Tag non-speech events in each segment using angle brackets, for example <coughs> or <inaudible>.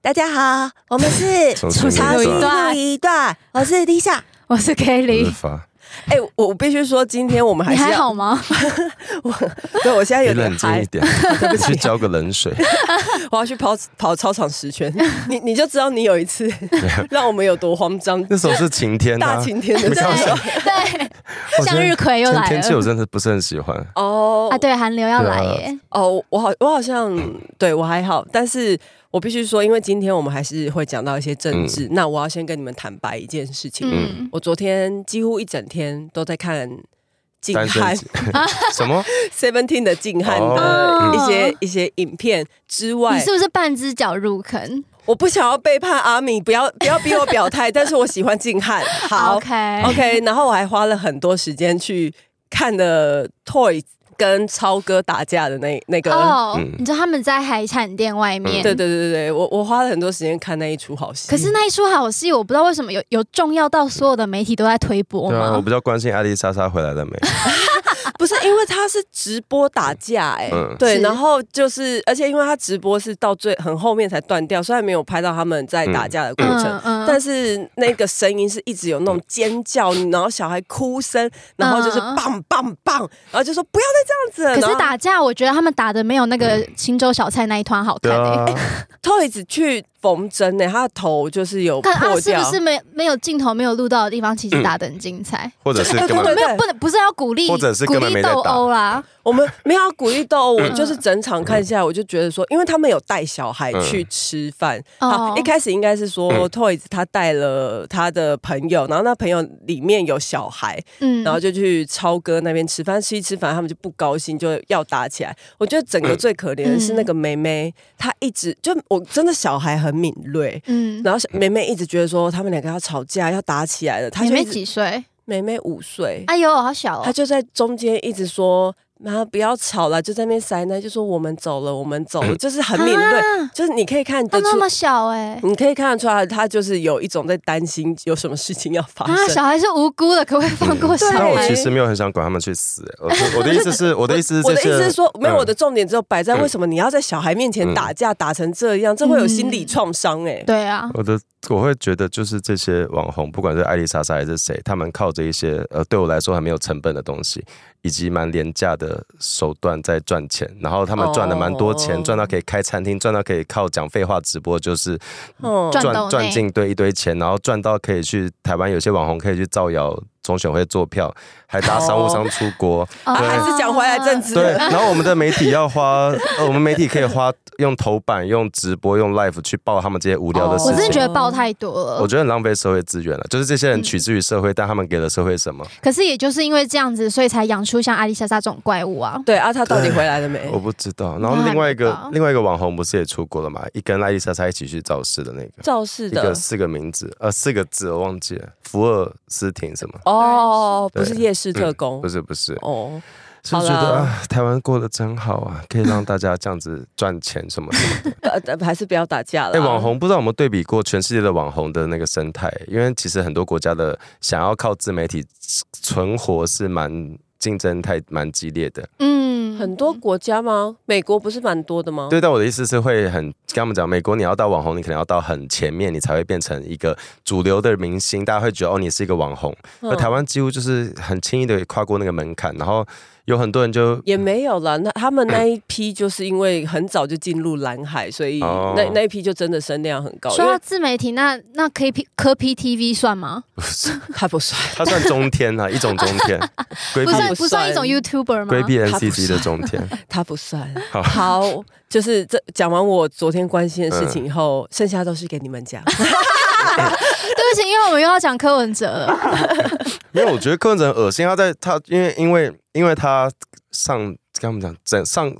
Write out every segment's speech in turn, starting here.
大家好，我们是 <laughs> 重新长录一颈段鹿一段，我是 Lisa。我是日 Kelly，发，哎、我我必须说，今天我们还你是还要，<laughs> 好吗？对我现在哎你有点冷静嗨 <laughs> 一，点，你去浇个冷水。我要去跑跑操场十 <laughs> 圈，你你就知道你有一次 <laughs> 让我们有多慌 <laughs> 张。那时候是晴天啊，大晴天的你时候看我想对我觉得向日葵又来了天气我真的不是很喜欢。哦啊，对，寒流要来耶，哦，我好，我好像对我还好，但是我必须说，因为今天我们还是会讲到一些政嗯治，那我要先跟你们坦白一件事情。嗯，我昨天几乎一整天都在看静单身汉 <laughs> 节什么？ Seventeen 的静汉的哦一些、一些影片之你外是，不是半只脚入坑我不想要背叛阿米，不要 <laughs> 不要逼我表态，但是我喜欢静汉。好？OK， OK，然后我还花了很多时间去看了 Toys 跟超哥打架的那那个。哦嗯，你知道他们在海产店外面，对对。对对对，我我花了很多时间看那一出好戏。可是那一出好戏，我不知道为什么有有重要到所有的媒体都在推播对啊，我吗？比较关心艾丽莎莎回 <laughs> 来了没？不是因为他是直播打架哎、嗯对，是然后就是，而且因为他直播是到最很后面才断掉，虽然没有拍到他们在打架的过程，嗯但是那个声音是一直有那种尖叫，然后小孩哭声，然后就是嗯棒棒棒，然后就说不要再这样子了。可是然后打架，我觉得他们打的没有那个青州小菜那一团好看欸对诶、啊， Toys 去缝针呢、欸他的头就是有看啊，破是掉，不是没没有镜头、没有录到的地方，其实打的很精彩。或者是哎根对本没有，不能不是要鼓励，或者是鼓根本励没在斗打殴啦。我们没有要鼓励到我，嗯就是整场看下来，我就觉得说，因为他们有带小孩去吃饭，嗯好，哦一开始应该是说、嗯 Toys 他带了他的朋友，然后那朋友里面有小孩，嗯，然后就去超哥那边吃饭，吃一吃饭他们就不高兴，就要打起来。我觉得整嗯个最可怜的是那个妹妹，她一直就我真的小孩很敏锐。嗯，然后小妹妹一直觉得说他们两个要吵架要打起来了，她你就妹一直几岁？妹妹五岁，哎呦，好小他哦！就在中间一直说。妈，不要吵了，就在那边塞奶，就说我们走了，我们走 <coughs> 了，就是很敏锐，啊就是你可以看他得出那，么小哎、你可以看得出来，他就是有一种在担心有什么事情要发啊，生。小孩是无辜的，可不可以放过小对但我孩啊其？实没有很想管他们去死。欸我的我的意思是，我的意思是我的意这些，思是说，没有嗯我的重点只有摆在为什么你要在小孩面前打架，打成这样，这会有心理创伤哎。对啊，我的我会觉得就是这些网红，不管是艾丽莎莎还是谁，他们靠着一些呃对我来说很没有成本的东西，以及蛮廉价的手段在赚钱，然后他们赚了蛮多钱，哦赚到可以开餐厅，赚到可以靠讲废话直播，就是嗯，赚斗赚内赚进对一堆钱，然后赚到可以去台湾有些网红可以去造谣中选会做票，还搭商哦务舱出国， <laughs> 啊啊，还是讲回来政治，对，然后我们的媒体要花，呃，我们媒体可以花用头版、用直播、用 live 去报他们这些无聊的哦事我情。真的觉得爆太多我了。觉得很浪费社会资源了，就是这些嗯人取之于社会，但他们给了社会什么？可是也就是因为这样子，所以才养出像阿丽莎莎这种怪物啊。对啊，他到底回来了没？我不知道。然后那还另外一没个到另外一个网红不是也出国了嘛？一跟艾丽莎莎一起去造势的那个，肇事一的个四个名字，呃，四个字我忘记了，福尔斯廷什么？哦，不是对嗯夜市特工不是不是，哦，是不是觉好得啦啊，台湾过得真好啊，可以让大家这样子赚钱什么 <laughs> 的。呃还是不要打架了。哎、网红不知道有没有对比过全世界的网红的那个生态？因为其实很多国家的想要靠自媒体存活是蛮竞争太蛮激烈的。嗯，很多国家吗？美国不是蛮多的哦吗？对，但我的意思是会很跟他们讲，美国你要到网红，你可能要到很前面，你才会变成一个主流的明星，大家会觉得哦，你是一个网红。嗯，那、呃台湾几乎就是很轻易的跨过那个门槛，然后有很多人就也没有啦。那他们那一批就是因为很早就进入蓝海，所以哦那那一批就真的声量很高，因说到为自媒体，那那 K P 科 P T V 算吗？他不算，他算中天啊，一种中 <laughs> 天，规不避算不不算一种算 YouTuber 规吗？避他不 NCC 的中天，他不算。好好，就是这讲完我昨天关心的事情以嗯后，剩下都是给你们讲。对不起，因为我们又要讲柯文 <laughs> 哲了。没有，我觉得柯文哲很恶心。他在他因为因为因为他上跟他们讲整上，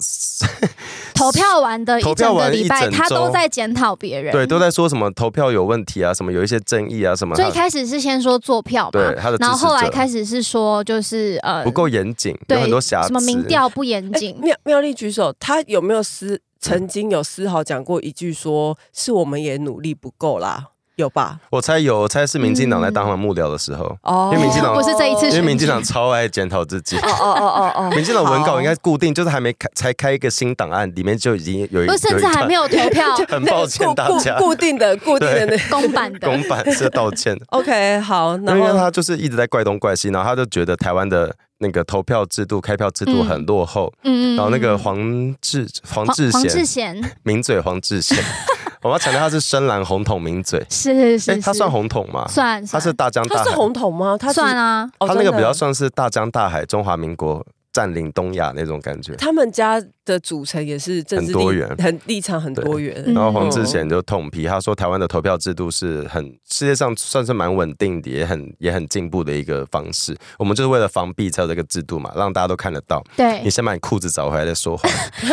投票完的一投票整个完一礼拜，整他都周在检讨别人。对，都在说什么投票有问题啊，什么有一些争议啊，什么最他开始是先说做票嘛对，他的支持者然后后来开始是说就是呃不够严谨，有对很多瑕疵。什么民调不严 <laughs> 哎谨，妙妙丽举手，他有没有丝曾经有丝毫讲过一句说是我们也努力不够啦？有吧？我猜有，我猜是民进党在当了幕僚的时候，哦因为民进党嗯不是这一次选举因为民进党超爱检讨自己。哦哦哦哦哦， <laughs> 民进党文稿应该固定，就是还没开才开一个新档案，里面就已经有一不是甚有一至还段没有投票 <laughs> 很抱歉大家固固固定的固定 <laughs> 的那。公版的嗯公，版是道歉， <laughs> OK，好，因然为后他就是一直在怪东怪西，然后他就觉得台湾的那个投票制度、开票制度很落后，嗯然后那个黄志黄黄志黄贤志贤名嘴黄志贤， <laughs> 我要强调他是深蓝红统名嘴，是 <laughs> 是哎，是，他算红统吗？算他是算大江大他是海，红桶吗？他是算，啊，哦他那个比真较。的算是大江大海、中华民国占领东亚那种感觉。他们家的组成也是政治很多立元很立场很多元。嗯然后黄志贤就痛批，他说台湾的投票制度是很世界上算是蛮稳定的，也很也很进步的一个方式。我们就是为了防弊才有这个制度嘛，让大家都看得到。你对，先把你裤子找回来再说话。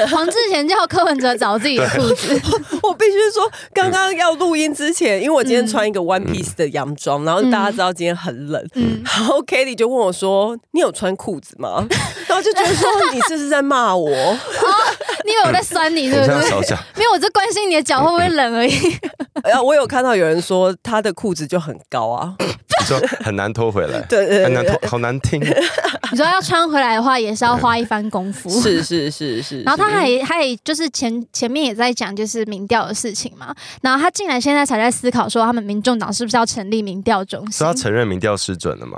黄志贤叫柯文哲找自己的裤子， <laughs> 我必须嗯说，刚刚要录音之前，因为我今天穿一个 one piece 的洋装，然后大家知道今天很冷， <laughs> 嗯，然后 Kitty 就问我说：“你有穿裤子吗？” <laughs> 然后就觉得说你是不是在骂我？ <laughs> 你以为我在酸你 <laughs> 我是们不这样是？少讲，没有，我就关心你的脚会不会 <laughs> 冷而已。然后我有看到有人说他的裤子就很高啊， <laughs> 你说很难拖回来，对对很难对，拖，好难听。你说要穿回来的话，也是要花一番功夫。 <laughs> 是是是是。然后他是还他也就是前前面也在讲就是民调的事情嘛，然后他竟然现在才在思考说他们民众党是不是要成立民调中所心以他，承认民调失准了嘛？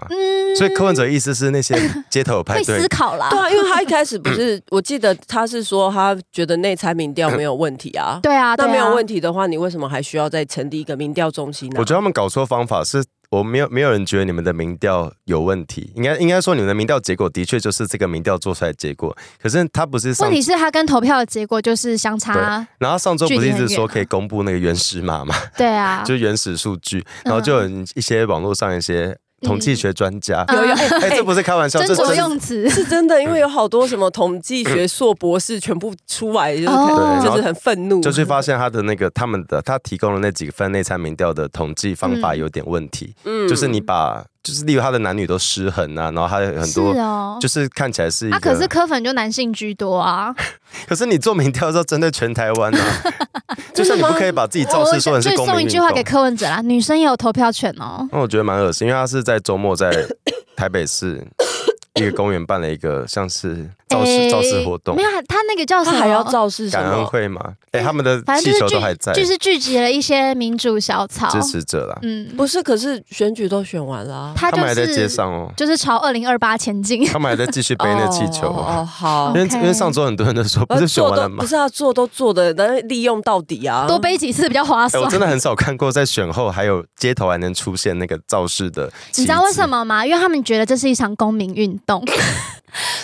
所以柯文哲意思是那些街头派会对思考啦对。啊，因为他 <laughs> 一开始不是，我记得他是说他觉得内参民调没有问题啊。对啊，那没有问题。题的话，你为什么还需要再成立一个民调中心呢？我觉得他们搞错方法是。我没有没有人觉得你们的民调有问题，应该应该说你们的民调结果的确就是这个民调做出来的结果，可是他不是上问题是他跟投票的结果就是相差，然后上周不是一直说可以距离很远啊公布那个原始码嘛，对啊， <laughs> 就是原始数据，然后就有一些网络上一些统计学专家，嗯有有哎、这不是开玩笑，斟这酌真用词。是真的，因为有好多什么统计学硕博士全部出来， <laughs> 就是哦对看然就后是很愤怒，就是发现他的那个他们的他提供的那几份内参民调的统计方法有点问题，嗯就是你把就是例如他的男女都失衡啊，然后还有很是多。哦就。是看起来是一个，啊，可是柯粉就男性居多啊，可是你做民调的时候针对全台湾 <laughs> 啊，就像你不可以把自己 <laughs> 我造我势说成就是公送民一运句话给动。柯文哲啦，女生也有投票权哦。那我觉得蛮恶心，因为他是在周末在 <coughs> 台北市一个公园办了一个像是造势哎造势活动没，有他那个叫他什么？嗯还要造势什感恩么？会嘛，哎，他们的反气正就球是都还在，聚，就是聚集了一些民主小草，支持者啦，嗯，不是，可是选举都选完了啊，他哦他就们还在街是上哦，就是朝二零二八前进，他们还在继续背那气球哦哦。哦，哦好因。为 OK 哦因为上周很多人都说 <laughs> 不是选做完了都吗不？是啊，做都做的，但是利用到底啊，多背几次比较划哎，算我。真的很少看过在选后还有街头还能出现那个造势的旗帜。你知道为什么吗？因为他们觉得这是一场公民运 <laughs> 动，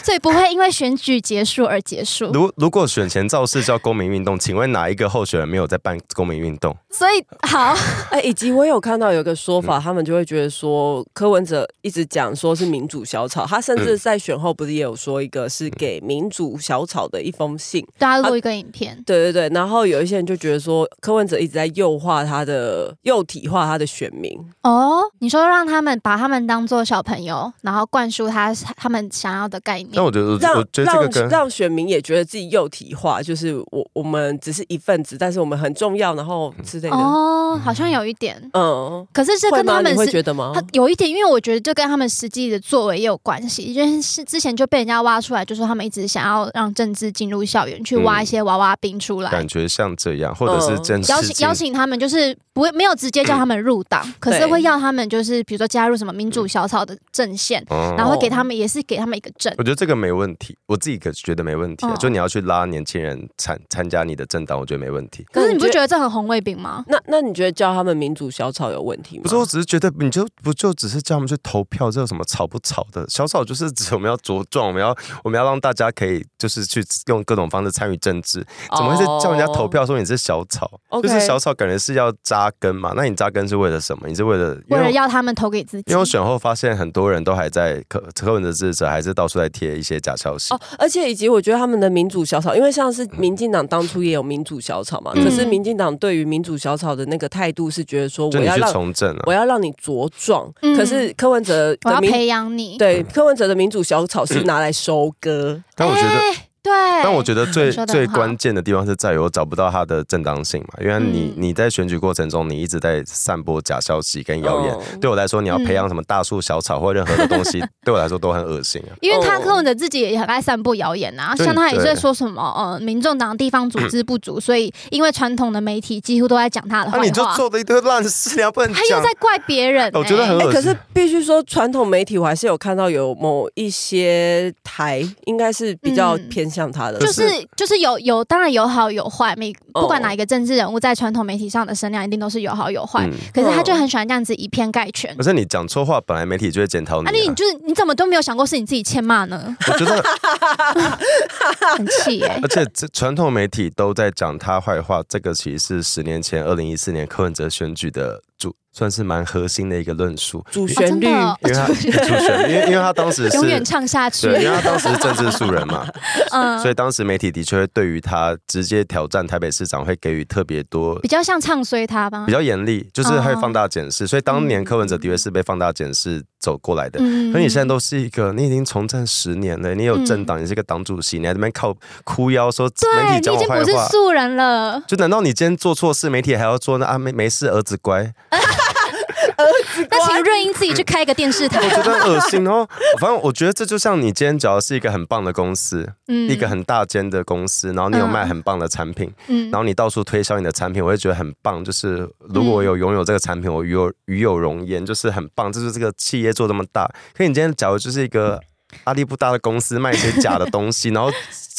所以不会因为选举结束而结束。如如果选前造势叫公民运动，请问哪一个候选人没有在办公民运动？所以好，哎、以及我有看到有个说嗯法，他们就会觉得说柯文哲一直讲说是民主小草，他甚嗯至在选后不是也有说一个是给民主小草的一封信，大家录一个影片，对对对，然后有一些人就觉得说柯文哲一直在幼化他的幼体化他的选民，哦，你说让他们把他们当做小朋友，然后灌输他他们想要的概念但。我觉得我让我觉得这个让跟让选民也觉得自己幼体化，就是我我们只是一份子，但是我们很重要，然后嗯之类的，哦，好像有一点，嗯，可是这会跟吗？他们你会是觉得嗯吗他？有一点，因为我觉得这跟他们实际的作为也有关系，因为是之前就被人家挖出来，就说他们一直想要让政治进入校园，去挖一些娃娃兵出来，感觉像这样，或者是嗯真实邀请性邀请他们，就是不会没有直接叫他们入党，可是对会要他们就是比如说加入什么民主小草的阵线，哦然后会给他们也是给他们一个阵，我觉得这个没问题，我自己可觉得没问题、啊。嗯就你要去拉年轻人参参加你的政党，我觉得没问题。可是你不那觉得这很红卫兵吗？那那你觉得教他们民主小草有问题吗？嗯不是，我只是觉得你就不就只是叫他们去投票，这有什么吵不吵的？小吵就是指我们要茁壮，我们要我们要让大家可以就是去用各种方式参与政治，怎么会是叫人家投票说你是小草？ OK 就是小草感觉是要扎根嘛？那你扎根是为了什么？你是为了因为为了我要他们投给自己因为，我选后发现很多人都还在柯柯文哲支持者还是到处在贴一些假消息。哦，而且以及我觉得他们的民主小草，因为像是民进党当初也有民主小草嘛，嗯可是民进党对于民主小草的那个态度是觉得说就我你要去让从政啊我，要让你茁壮，嗯可是柯文哲我的要民培养你。对柯文哲的民主小草是拿来收割，但我觉得哎对，但我觉得最你说得最很好关键的地方是在于我找不到它的正当性嘛，因为你、嗯你在选举过程中，你一直在散播假消息跟谣言。哦嗯对我来说，你要嗯培养什么大树小草或任何的东 <laughs> 西，对我来说都很恶心啊。因为他哦柯文哲自己也很爱散布谣言啊，对像他也是对在说什么呃，民众党地方组织不 <clears throat> 足，所以因为传统的媒体几乎都在讲他的坏那、啊你就话，做了一堆烂事，你要不能他又讲在。怪别人、欸。我觉得很哎、恶可心。是必须说，传统媒体我还是有看到有某一些台，应该是比较嗯偏向他的，就是就是有有，当然有好有坏，每哦不管哪一个政治人物在传统媒体上的声量，一定都是有好有坏。嗯可是他就很喜欢这样子以偏概全可。是你讲错话，本来媒体就会检讨你、啊。啊，你就是你怎么都没有想过是你自己欠 <laughs> 骂呢？我觉 <laughs> 得，很气耶、而且这传统媒体都在讲他坏话，这个其实是十年前二零一四年柯文哲选举的主，算是蛮核心的一个论述。主哦真旋律的哦、 <laughs> 因为 <laughs> 他主选，因为因为他当时是永远唱下去。对，因为他当时是政治素人嘛， <laughs> 嗯所，以当时媒体的确会对于他直接挑战台北市长会给予特别多比较像哦唱衰他吧比。较严厉，就是会放大检视。所以当年柯文哲的确是被放大检视走过来的。嗯嗯所以你现在都是一个，你已经从政十年了，你有政党，你是一个党主席，你还在那边靠哭腰说媒对体你讲已我经坏不是话，素人了。就难道你今天做错事，媒体还要说那啊没没事，儿子乖？ <laughs> 那请润英自己去开一个电视台我。 <laughs> 觉得很恶心哦。反正我觉得这就像你今天只要是一个很棒的公司，嗯一个很大间的公司，然后你有嗯卖很棒的产品，嗯然后你到处推销你的产品，我会觉得很棒。就是如果我有拥有这个产品，我与有与有荣焉，就是很棒。就是这个企业做这么大，可你今天假如就是一个阿力不搭的公司卖一些假的东 <laughs> 西，然后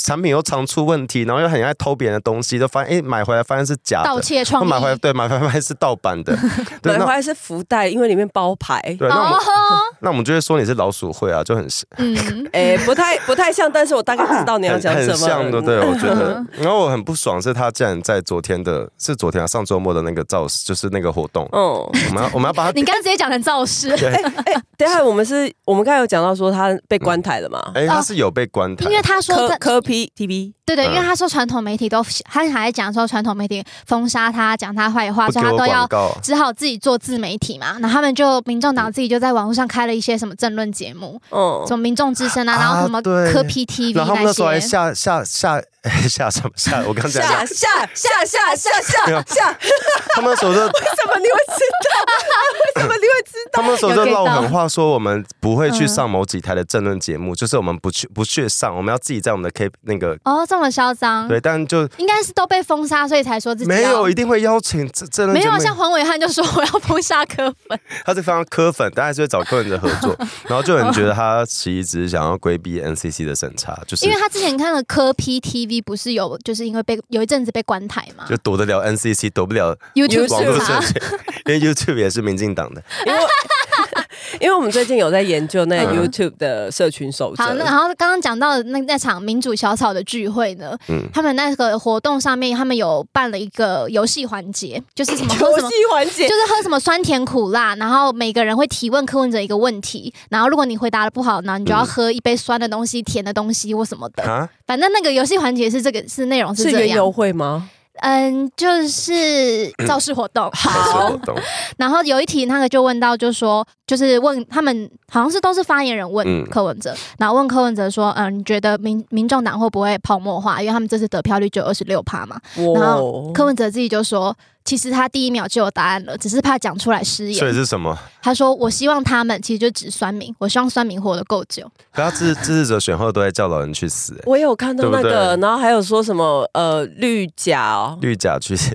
产品又常出问题，然后又很爱偷别人的东西，就发现哎买回来发现是假盗的，窃或创意。买回来对买回来发现是盗版 <laughs> 的，对买回那。来是福袋，因为里面包牌。对，那我们、哦， <laughs> 那我们就会说你是老鼠会啊，就很嗯， <laughs> 哎、不太不太像，但是我大概知道你要很讲什很么。像的，对我觉嗯得。 <laughs> 然后我很不爽是他竟然在昨天的，是昨天啊，上周末的那个造势，就是那个活动，嗯，我们要我们要把它你刚刚直接讲成造势，等一下我们是，我们刚才有讲到说他被关台了嗯嘛？哎、哦他是有被关台，因为他说科在科 P T V，对对，嗯因为他说传统媒体都他还在讲说传统媒体封杀他，讲他坏话，不给所以他我都广要告。嗯只好自己做自媒体嘛。然后他们就民众党自己就在网络上开了一些什么政论节目，嗯，什么民众之声啊，啊然后什么对科 PTV 然后他们那时候还那些。下下下下什么下？我刚讲下的，下下下下没有下下，为他们那 <laughs> 时候就什么你会知道？为什么你会知道？他们那时候就有 get 唠到狠话，说我们不会去嗯上某几台的政论节目，就是我们不去不去上，我们要自己在我们的 K 那个哦，这么嚣张，对，但就应该是都被封杀，所以才说自己没要有一定会邀请政政论没节有目啊，，像黄伟汉就说我要封杀科粉，他是非常科粉，但还是会找柯文哲合作，然后就有人觉得他其实只是想要规避 NCC 的审查，就是 <laughs> 因为他之前看了科 PTV 不是有就是因为被有一阵子被关台嘛就躲得了 NCC，躲不了，YouTube 啊网络审查政权，因为 YouTube 也是民进党的。因为因为我们 <laughs> 最近有在研究那个嗯 YouTube 的社群守则 <laughs> <laughs> 好，，那然后刚刚讲到的那那场民主小草的聚会呢，他们那个活动上面，他们有办了一个游戏环节，就是什么喝游什戏么。环就节是喝什么酸甜苦辣，然后每个人会提问柯文哲一个问题，然后如果你回答的不好，呢，你就要喝一杯酸的东西、甜的东西或什么的。啊，反正那个游戏环节是这个，是内容是是这园样游。会吗？嗯，就是造势活动。还是活动，然后有一题那个就问到，就说就是问他们好像是都是发言人嗯问柯文哲，然后问柯文哲说，嗯、你觉得民民众党会不会泡沫化？因为他们这次得票率就二十六趴嘛。然后柯文哲自己就说，其实他第一秒就有答案了，只是怕讲出来失所以言。是什么？他说，我希望他们其实就指酸民，我希望酸民活得够久。可他支支持者选后都在叫老人去死、欸我也有看到对不那个，对然后还有说什么呃绿甲哦，绿甲 <laughs> 去死，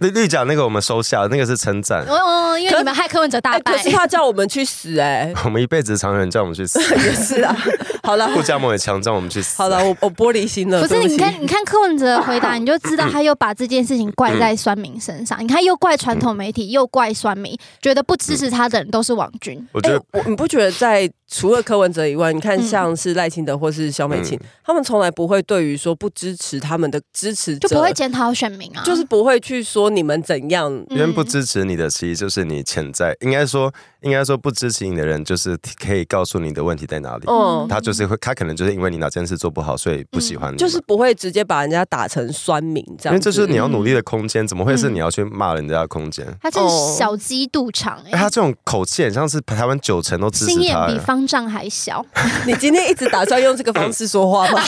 绿绿甲那个我们收下，那个是称赞哦，哦，因为可你们害柯文哲大哎，败。可是他叫我们去死哎， <laughs> 我们一辈子常有人叫我们去死，也是啊， <laughs> 好 <laughs> 了顾家盟也强叫我们去死。好了，，我我玻璃心了，不是，对你起看，哎你看柯文哲的回 <laughs> 答，你就知道他又把这件事情怪在酸民身上。你看，又怪传统媒体，又怪酸民，觉得不嗯支持他的人都是网军。我觉哎、得我你不觉得在除了柯文哲以外，你看嗯像是赖清德或是萧美琴，嗯他们从来不会对于说不支持他们的支持者，就不会检讨选民啊，嗯就是不会去说你们怎样。别人不支持你的，其实就是你潜在，应该说，应该说不支持你的人，就是可以告诉你的问题在哪里。嗯，他就是会，他可能就是因为你哪件事做不好，所以不喜欢你嘛。就是不会直接把人家打成酸民这样因子，为嗯这就是你要努力的空间，怎么会是你要去骂人家的空间？他这是小鸡肚肠哎，他哎，这种口气很像是台湾九成都支心持眼他比欸，方风障还 <laughs> 小。你今天一直打算用这个方式说话吗？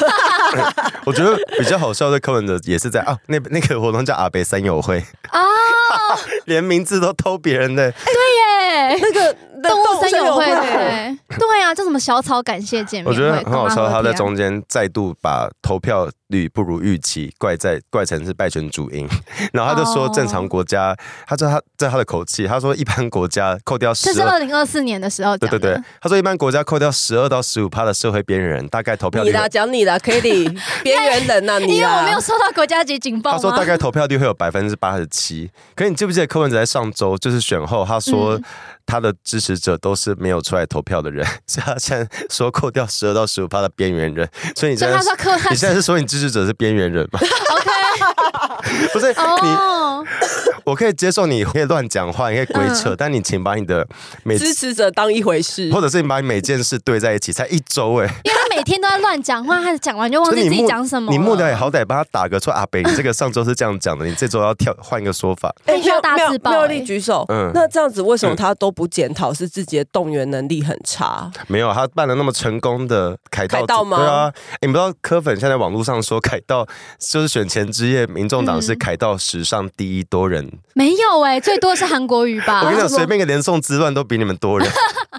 我觉得比较好笑的柯文哲也是在啊，那那个活动叫阿北三友会啊，哦 <laughs> 连名字都偷别人的。对耶，那个那动物森友动物会森友对对啊，叫什么小草感谢见面我会，觉得很好干笑，嘛他和在平啊中间再度把投票率不如预期怪在怪成是败权主因， <laughs> 然后他就说哦正常国家，他说他在他的口气，他说一般国家扣掉十这是二。二零二四年的时候对讲对的，对，他说一般国家扣掉十二到十五趴的社会边缘人，大概投票你率会，啦，讲你啦 k i t y 边缘人呐，你因为我啦，没有收到国家级警报哎他吗？说大概投票率会有百分之八十七。可你记不记得柯文哲在上周就是选后，他说嗯他的支持者都是没有出来投票的人， <laughs> 所以他现在说扣掉十二到十五趴的边缘人，所以你所现在以他说柯 <laughs> 你现在是说你支持者是边缘人吗？ <laughs> 不是你，哦，我可以接受你可以乱讲话，你可以鬼扯，嗯但你请把你的每支持者当一回事或。者是你把你每件事对在一起，才一周哎、因为他每天都在乱讲话，他讲完就忘所以记你自己幕讲什么了。你幕僚也好歹帮他打个错阿北，你这个上周是这样讲的，你这周要跳换一个说法。哎他需要大妙字报妙妙哎丽举手。嗯那这样子为什么他都不检讨是自己的动员能力很差？没有，他办了那么成功的凯道凯道吗对啊，哎你不知道柯粉现在网络上说凯道就是选前之夜，民众党是嗯凯道史上第一多人。没有哎、最多是韩国瑜吧？我跟你讲，啊什么随便一个连宋之乱都比你们 <laughs> 多人，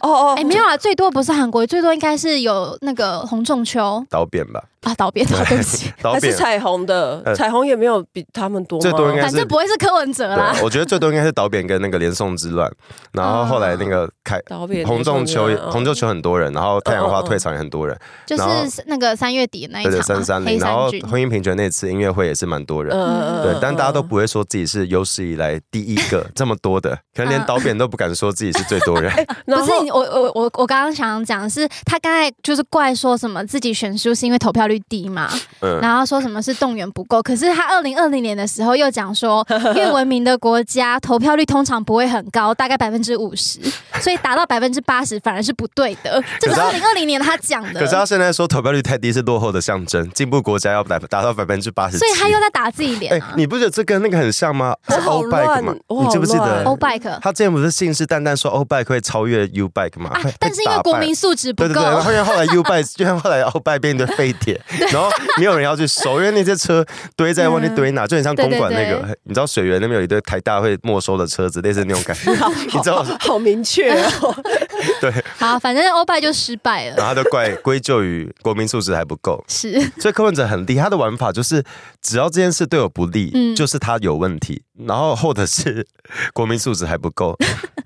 哦哎、没有啦，最多不是韩国瑜，最多应该是有那个洪仲秋导扁吧，啊，倒扁倒，对 <laughs> 不起，导还是扁。啊彩虹的，呃彩虹也没有比他们多吗？最多应该反正不会是柯文哲啦。对，我觉得最多应该是导扁跟那个连宋之乱，然后后来那个凯倒扁洪啊仲秋也，嗯洪仲秋很多人，然后太阳嗯花嗯嗯退场也很多人，就是那个三月底那一对场啊对，嘛，三三零，哦黑然后山军。婚姻平权那次音乐会也是蛮多人。嗯对，但大家都不会说自己是有史以来第一个这么多的，可能连嗯导扁都不敢说自己是最多人。然不是后你我我我我刚刚想讲的是，他刚才就是怪说什么自己选书是因为投票率低嘛，嗯，然后说什么是动员不够，可是他二零二零年的时候又 <laughs> 讲说，越文明的国家投票率通常不会很高，大概百分之五十，所以达到百分之八十反而是不对的。这可是个他二零二零年他讲的，可是他现在说投票率太低是落后的象征，进步国家要达达到百分之八十，所以他又在打自己哎脸啊。，你不觉得这跟那个很像吗？我是好 O bike 吗乱？我你记不记好乱得 O bike 他之前不是信誓旦旦说哦 O bike 会超越 U bike 吗？啊会，但是因为国民。素质不会打败对对对，，够然后因为后来 U bike，因为 <laughs> 后来 O bike 变一堆废铁，然后没有人要去收，因为那些车堆在忘记堆哪，就很像公馆那嗯对对个，你知道水源那边有一堆台大会没收的车子，类似那种感 <laughs> 觉， <laughs> 你知道，好明确 <laughs> 哦，对，好，反正 O bike 就失败了。然后他就怪归咎于国民素质还不够，是，所以柯文哲很厉害，他的玩法就是只要这件事对我不利，嗯就是他有问题，然后或者是 <laughs> 国民素质还不够，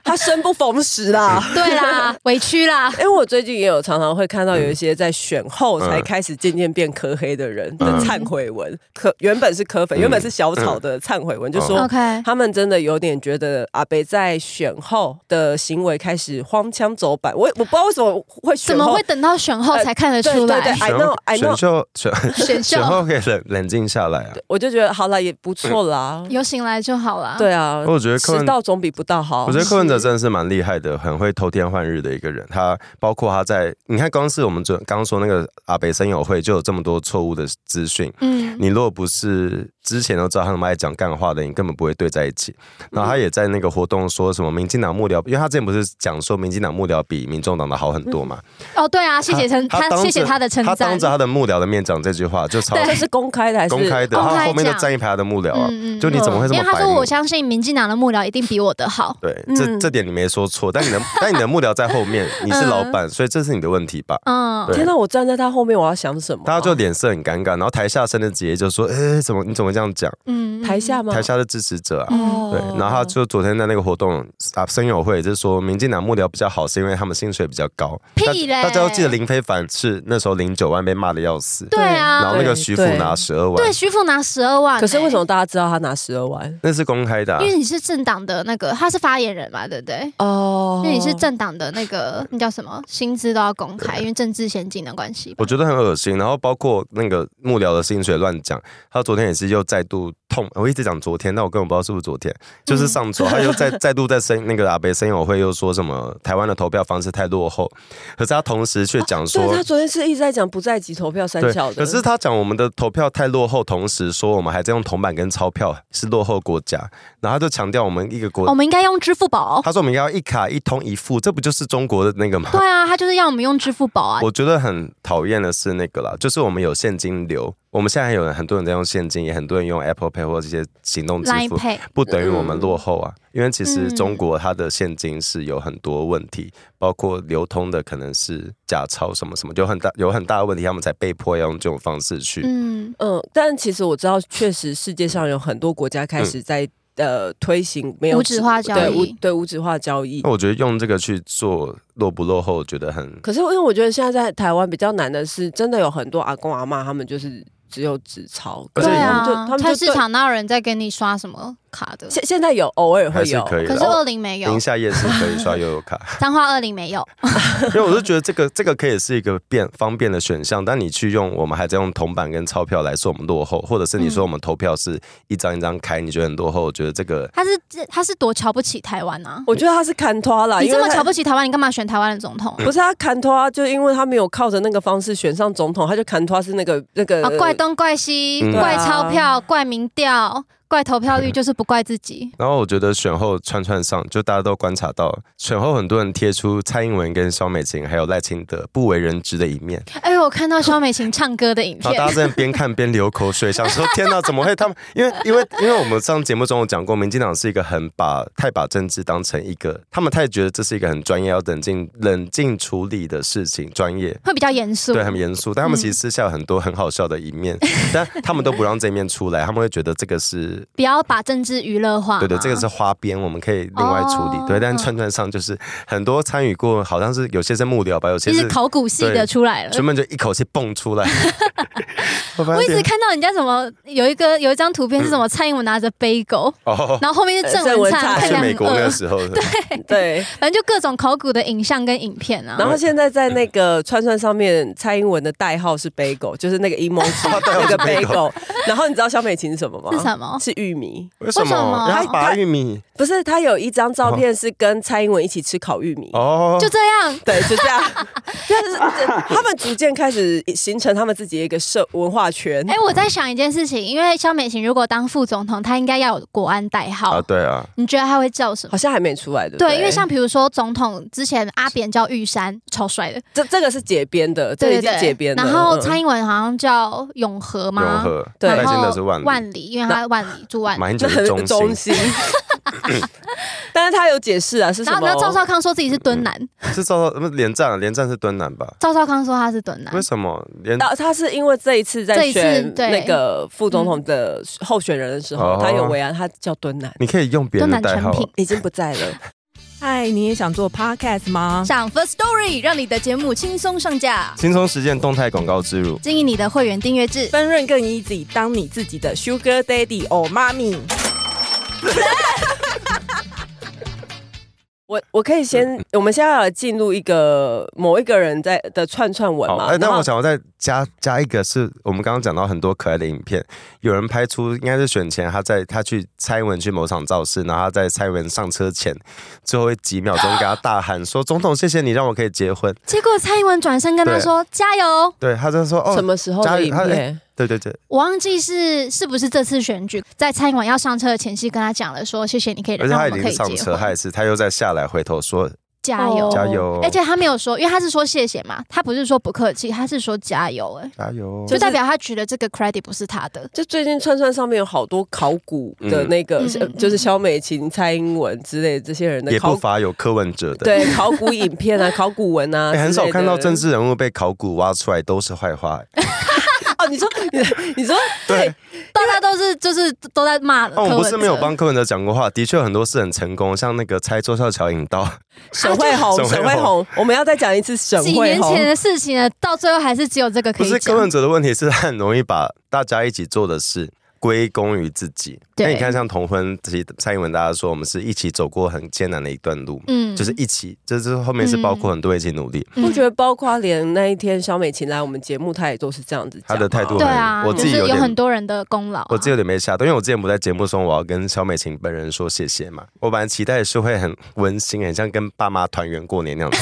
他生不逢时啦。对啦，委屈啦。 <laughs> 因为我最近也有常常会看到嗯有一些在选后才开始渐渐变科黑的人的嗯忏悔文，科原本是科粉，原本是小草的忏悔文，就哦说 OK，他们真的有点觉得阿北在选后的行为开始荒腔走板。我我不知道为什么会选怎么后会等到选后呃才看得对出对对来？ I 选 know, I 选 know 秀选选秀选后可以冷冷静下来啊。我就觉得好了，也不错啦。有醒来就好了。对啊，嗯我觉得迟柯文，到总比不到好。我觉得柯文哲真的是蛮厉害的，很会偷天换日的一个人。他包括他在，你看光是我们昨刚刚说那个阿北森友会就有这么多错误的资讯。嗯，你如果不是之前都知道他那么爱讲干话的，你根本不会对在一起。嗯然后他也在那个活动说什么民进党幕僚，因为他之前不是讲说民进党幕僚比民众党的好很多嘛？哦，对啊，谢谢称他他当着谢谢他的称他赞当着。他的幕僚的面讲这句话，就超这是公开的还是哦公开的，啊公开他后面就讲站一排他的幕僚啊，嗯嗯就你怎么会这因为么他白说：“目我？相信民进党的幕僚一定比我的好。对，这嗯这点你没说错，但你的但你的幕僚在后面，你是老板，所以这是你的问题吧？”嗯，对天哪！我站在他后面，我要想什么啊？大家就脸色很尴尬，然后台下甚至直接就说：“哎，怎么你怎么会这样讲嗯？”台下吗？台下的支持者啊，嗯对，然后他就就昨天在那个活动啊，生友会就是说，民进党幕僚比较好，是因为他们薪水比较高。大屁嘞大家都记得林非凡是那时候零九万被骂的要死，对啊，然后那个徐富拿十二万对，徐富拿十二万、可是为什么？么大家知道他拿十二万？那是公开的啊因。为你是政党的那个，他是发言人嘛，对不对？哦因为你是政党的那个，那叫什么？薪资都要公开，因为政治先进的关系吧。我觉得很恶心，然后包括那个幕僚的薪水乱讲，他昨天也是又又再度痛，我一直讲昨天，但我根本不知道是不是昨天，就是上周他又再 <laughs> 再度在声那个阿北声友会又说什么台湾的投票方式太落后，可是他同时却讲说、对他昨天是一直啊在讲不在籍投票三对，小的，可是他讲我们的投票太落后，同时说我们还在用铜板跟钞票是落后国家，然后他就强调我们一个国，哦我们应该用支付宝。哦他说我们应该要一卡一通一付，这不就是中国的那个吗？对啊，他就是要我们用支付宝啊。我觉得很讨厌的是那个啦，就是我们有现金流，我们现在还有人很多人在用现金，也很多人用 Apple Pay 或这些行动支 Line 付， Pay，不等于我们嗯落后啊。因为其实嗯中国它的现金是有很多问题，包括流通的可能是假钞什么什么，有很大有很大的问题，他们才被迫要用这种方式去。嗯，嗯，但其实我知道，确实世界上有很多国家嗯开始在、呃推行没有无纸化交对无易对无纸化交易那。我觉得用这个去做落不落后，我觉得很可是因为我觉得现在在台湾比较难的是，真的有很多阿公阿妈他们就是只有纸钞，而可且是对他们就啊他，们菜就市对场哪有人在给你刷什么卡的？现现在有偶尔还会是有，可以的。可是哦二零没有宁，夏夜市可以刷悠游卡，彰化二零没有。 <laughs> 因为我是觉得这个这个可以是一个便方便的选项，但你去用我们还在用铜板跟钞票来说我们落后，或者是你嗯说我们投票是一张一张开，你觉得很落后，我觉得这个他是这他是多瞧不起台湾啊！我觉得他是砍拖啊啦，你这因么为他瞧不起台湾，你干嘛选台湾的总 <laughs> 统？不是啊他砍拖，就因为他没有靠着那个方式选上总统，他就砍拖是那个那个、啊，怪东怪西，嗯怪钞票，怪民调，怪投 <laughs> 票率，就是不怪自己。然后我觉得选后串串上，就大家都观察到，选后很多人贴出蔡英文跟萧美琴还有赖清德不为人知的一面，哎呦，我看到肖美琴唱歌的影然后大片家，在那边看边流口水，想说天哪，怎么会他们？因为因为因为我们上节目中有讲过，民进党是一个很把太把政治当成一个，他们太觉得这是一个很专业要冷静冷静处理的事情，专业。会比较严肃。对，很严肃，但他们嗯其实私下有很多很好笑的一 <laughs> 面，但他们都不让这一面出来，他们会觉得这个是不要把政治娱乐化嘛。对的，这个是花边，我们可以另外处理。啊哦对，但串串上就是很多参与过，好像是有些是幕僚吧，有些就是是考古系的对出来了。全部就一口气蹦出 <laughs> 来。我发我一直现嗯看到人家什么有一个有一张图片是什么蔡英文拿着杯狗，哦，然后后面是郑郑文文灿，灿看去起来美很国那个饿， <laughs> 时候，对。反正就各种考古的影像跟影片然啊。后现在在那个串串上面，蔡英文的代号是 bagel，就是那个 emoji 那个 bagel。然后你知道萧美琴是什么吗？是什么？是玉米，为什什么么？他然后拔玉米不是他有一张照片是跟蔡英文一起吃烤玉米。哦，就这样，对，就这 <laughs> 样，就是他们逐渐开始形成他们自己的一个社文化圈。哎、我在想一件事情，因为肖美琴如果当副总统，她应该要有国安代号。啊，对啊，你觉得她会叫什么好？像还没出来，对不对，对因为像比如说总统之前阿扁叫玉山，超帅的，这这个是解编的，这个对已经对解对。编了。然后嗯蔡英文好像叫永和融吗？合，对赖然清后德是万里，万里，因为他万里住万里。马英九那 <laughs> 是很中中心，心，但是他有解释啊，是什然后，么？然后赵少康说自己是敦南，是赵不是连战，连战是敦南吧？赵少康说他是敦南为，什么连然后他是因为这一次这在一次选对嗯那个副总统的候选人的时哦候，他有为难，他叫敦南，你可以用别敦人的南代成号？品。已经不在了。嗨，你也想做 podcast 啊吗？上 First Story 让你的节目轻松上架，轻松实践动态广告植入。经营你的会员订阅制。分润更 easy，当你自己的 sugar daddy or mommy。 <laughs> 我我可以先，我们现在要来进入一个某一个人在的串串文好，嘛哎，？然那后我想要再加加一个，是我们刚刚讲到很多可爱的影片，有人拍出应该是选前他在他去蔡英文去某场造势，然后他在蔡英文上车前最后几秒钟给他大喊说：“总统，谢谢你让我可以结婚。结果蔡英文转身跟他说：“加油！”对，他就说：“哦，什么时候加的油影他片？对对对，我忘记是是不是这次选举，在蔡英文要上车的前夕，跟他讲了说：“谢谢你可以而哎让且他我已们可经以上结车，他婚也，是，他又再下来回头说加油！”哦加油，而且他没有说，因为他是说谢谢嘛，他不是说不客气，他是说加油、哎，加油，就就是代表他觉得这个 credit 不是他的。就最近串串上面有好多考古的那个嗯，呃嗯就是肖美琴、蔡英文之类这些人的也考不古，乏有柯文哲的。对考古影片 <laughs> 啊、考古文啊之类哎，的，很少看到政治人物被考古挖出来都是坏话、 <laughs> 哎哦。你说，你你说，啊对，大家都是就是都在骂哦那、我呃们柯文不哲是没有帮柯文哲讲过话，的确很多事很成功，像那个拆周孝桥引刀，沈惠红，沈惠沈红惠红，我们要再讲一次沈几惠年前红。的事 <laughs> 情了，到最后还是只有这个可哦不以是柯讲文。哲的问题，是他很容易把大家一起做的事归功于自己。对那你看，像同婚，其实蔡英文大家说，我们是一起走过很艰难的一段路，嗯就是一起，就是后面是包括很多一起努力。我觉得得包括连那一天肖美琴来我们节目，她也都是这样子讲她的态度对啊，我就自己是有点很多人的功劳啊。我自己有点没吓到，因为我之前不在节目中，我要跟肖美琴本人说谢谢嘛。我本来期待是会很温馨，很像跟爸妈团圆过年那 <laughs> 样子，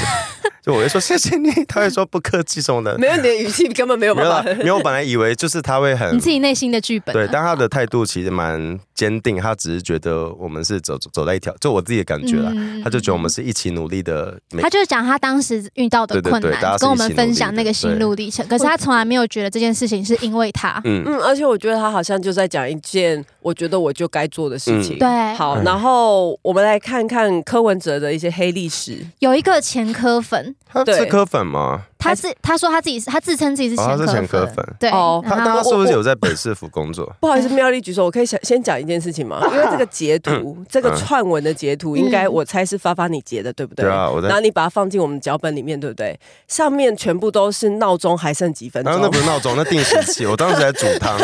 就我会说谢谢你，他会说不客气什么的。没有你的语气根本没有没办有啦，法。没有。我本来以为就是他会很你自己内心的剧本啊，对，但他的态度其实蛮坚定，他只是觉得我们是走走走在一条，就我自己的感觉啦，嗯他就觉得我啊们是一起努力的，每他就是讲他当时遇到的对对困对大家难，是跟我一们起努分力享的那个心对路历程。可是他从来没有觉得这件事情是因为他，嗯，嗯，而且我觉得他好像就在讲一件我觉得我就该做的事情。嗯对好，嗯然后我们来看看柯文哲的一些黑历史。有一个前科粉，他对是科粉吗？他是他说他自己是他自称自己是哦他是前前科科粉粉，对，哦他然但后他我是不是我有在北市府工作？不好意思，妙丽举手，我可以想先讲一件事情吗？因为这个截图，嗯这个串文的截图，应该嗯我猜是发发你截的，对不对？对啊，我在然，后你把它放进我们脚本里面，对不对？上面全部都是闹钟还剩几分钟。然啊后那不是闹钟，那定时器，我当时在煮汤，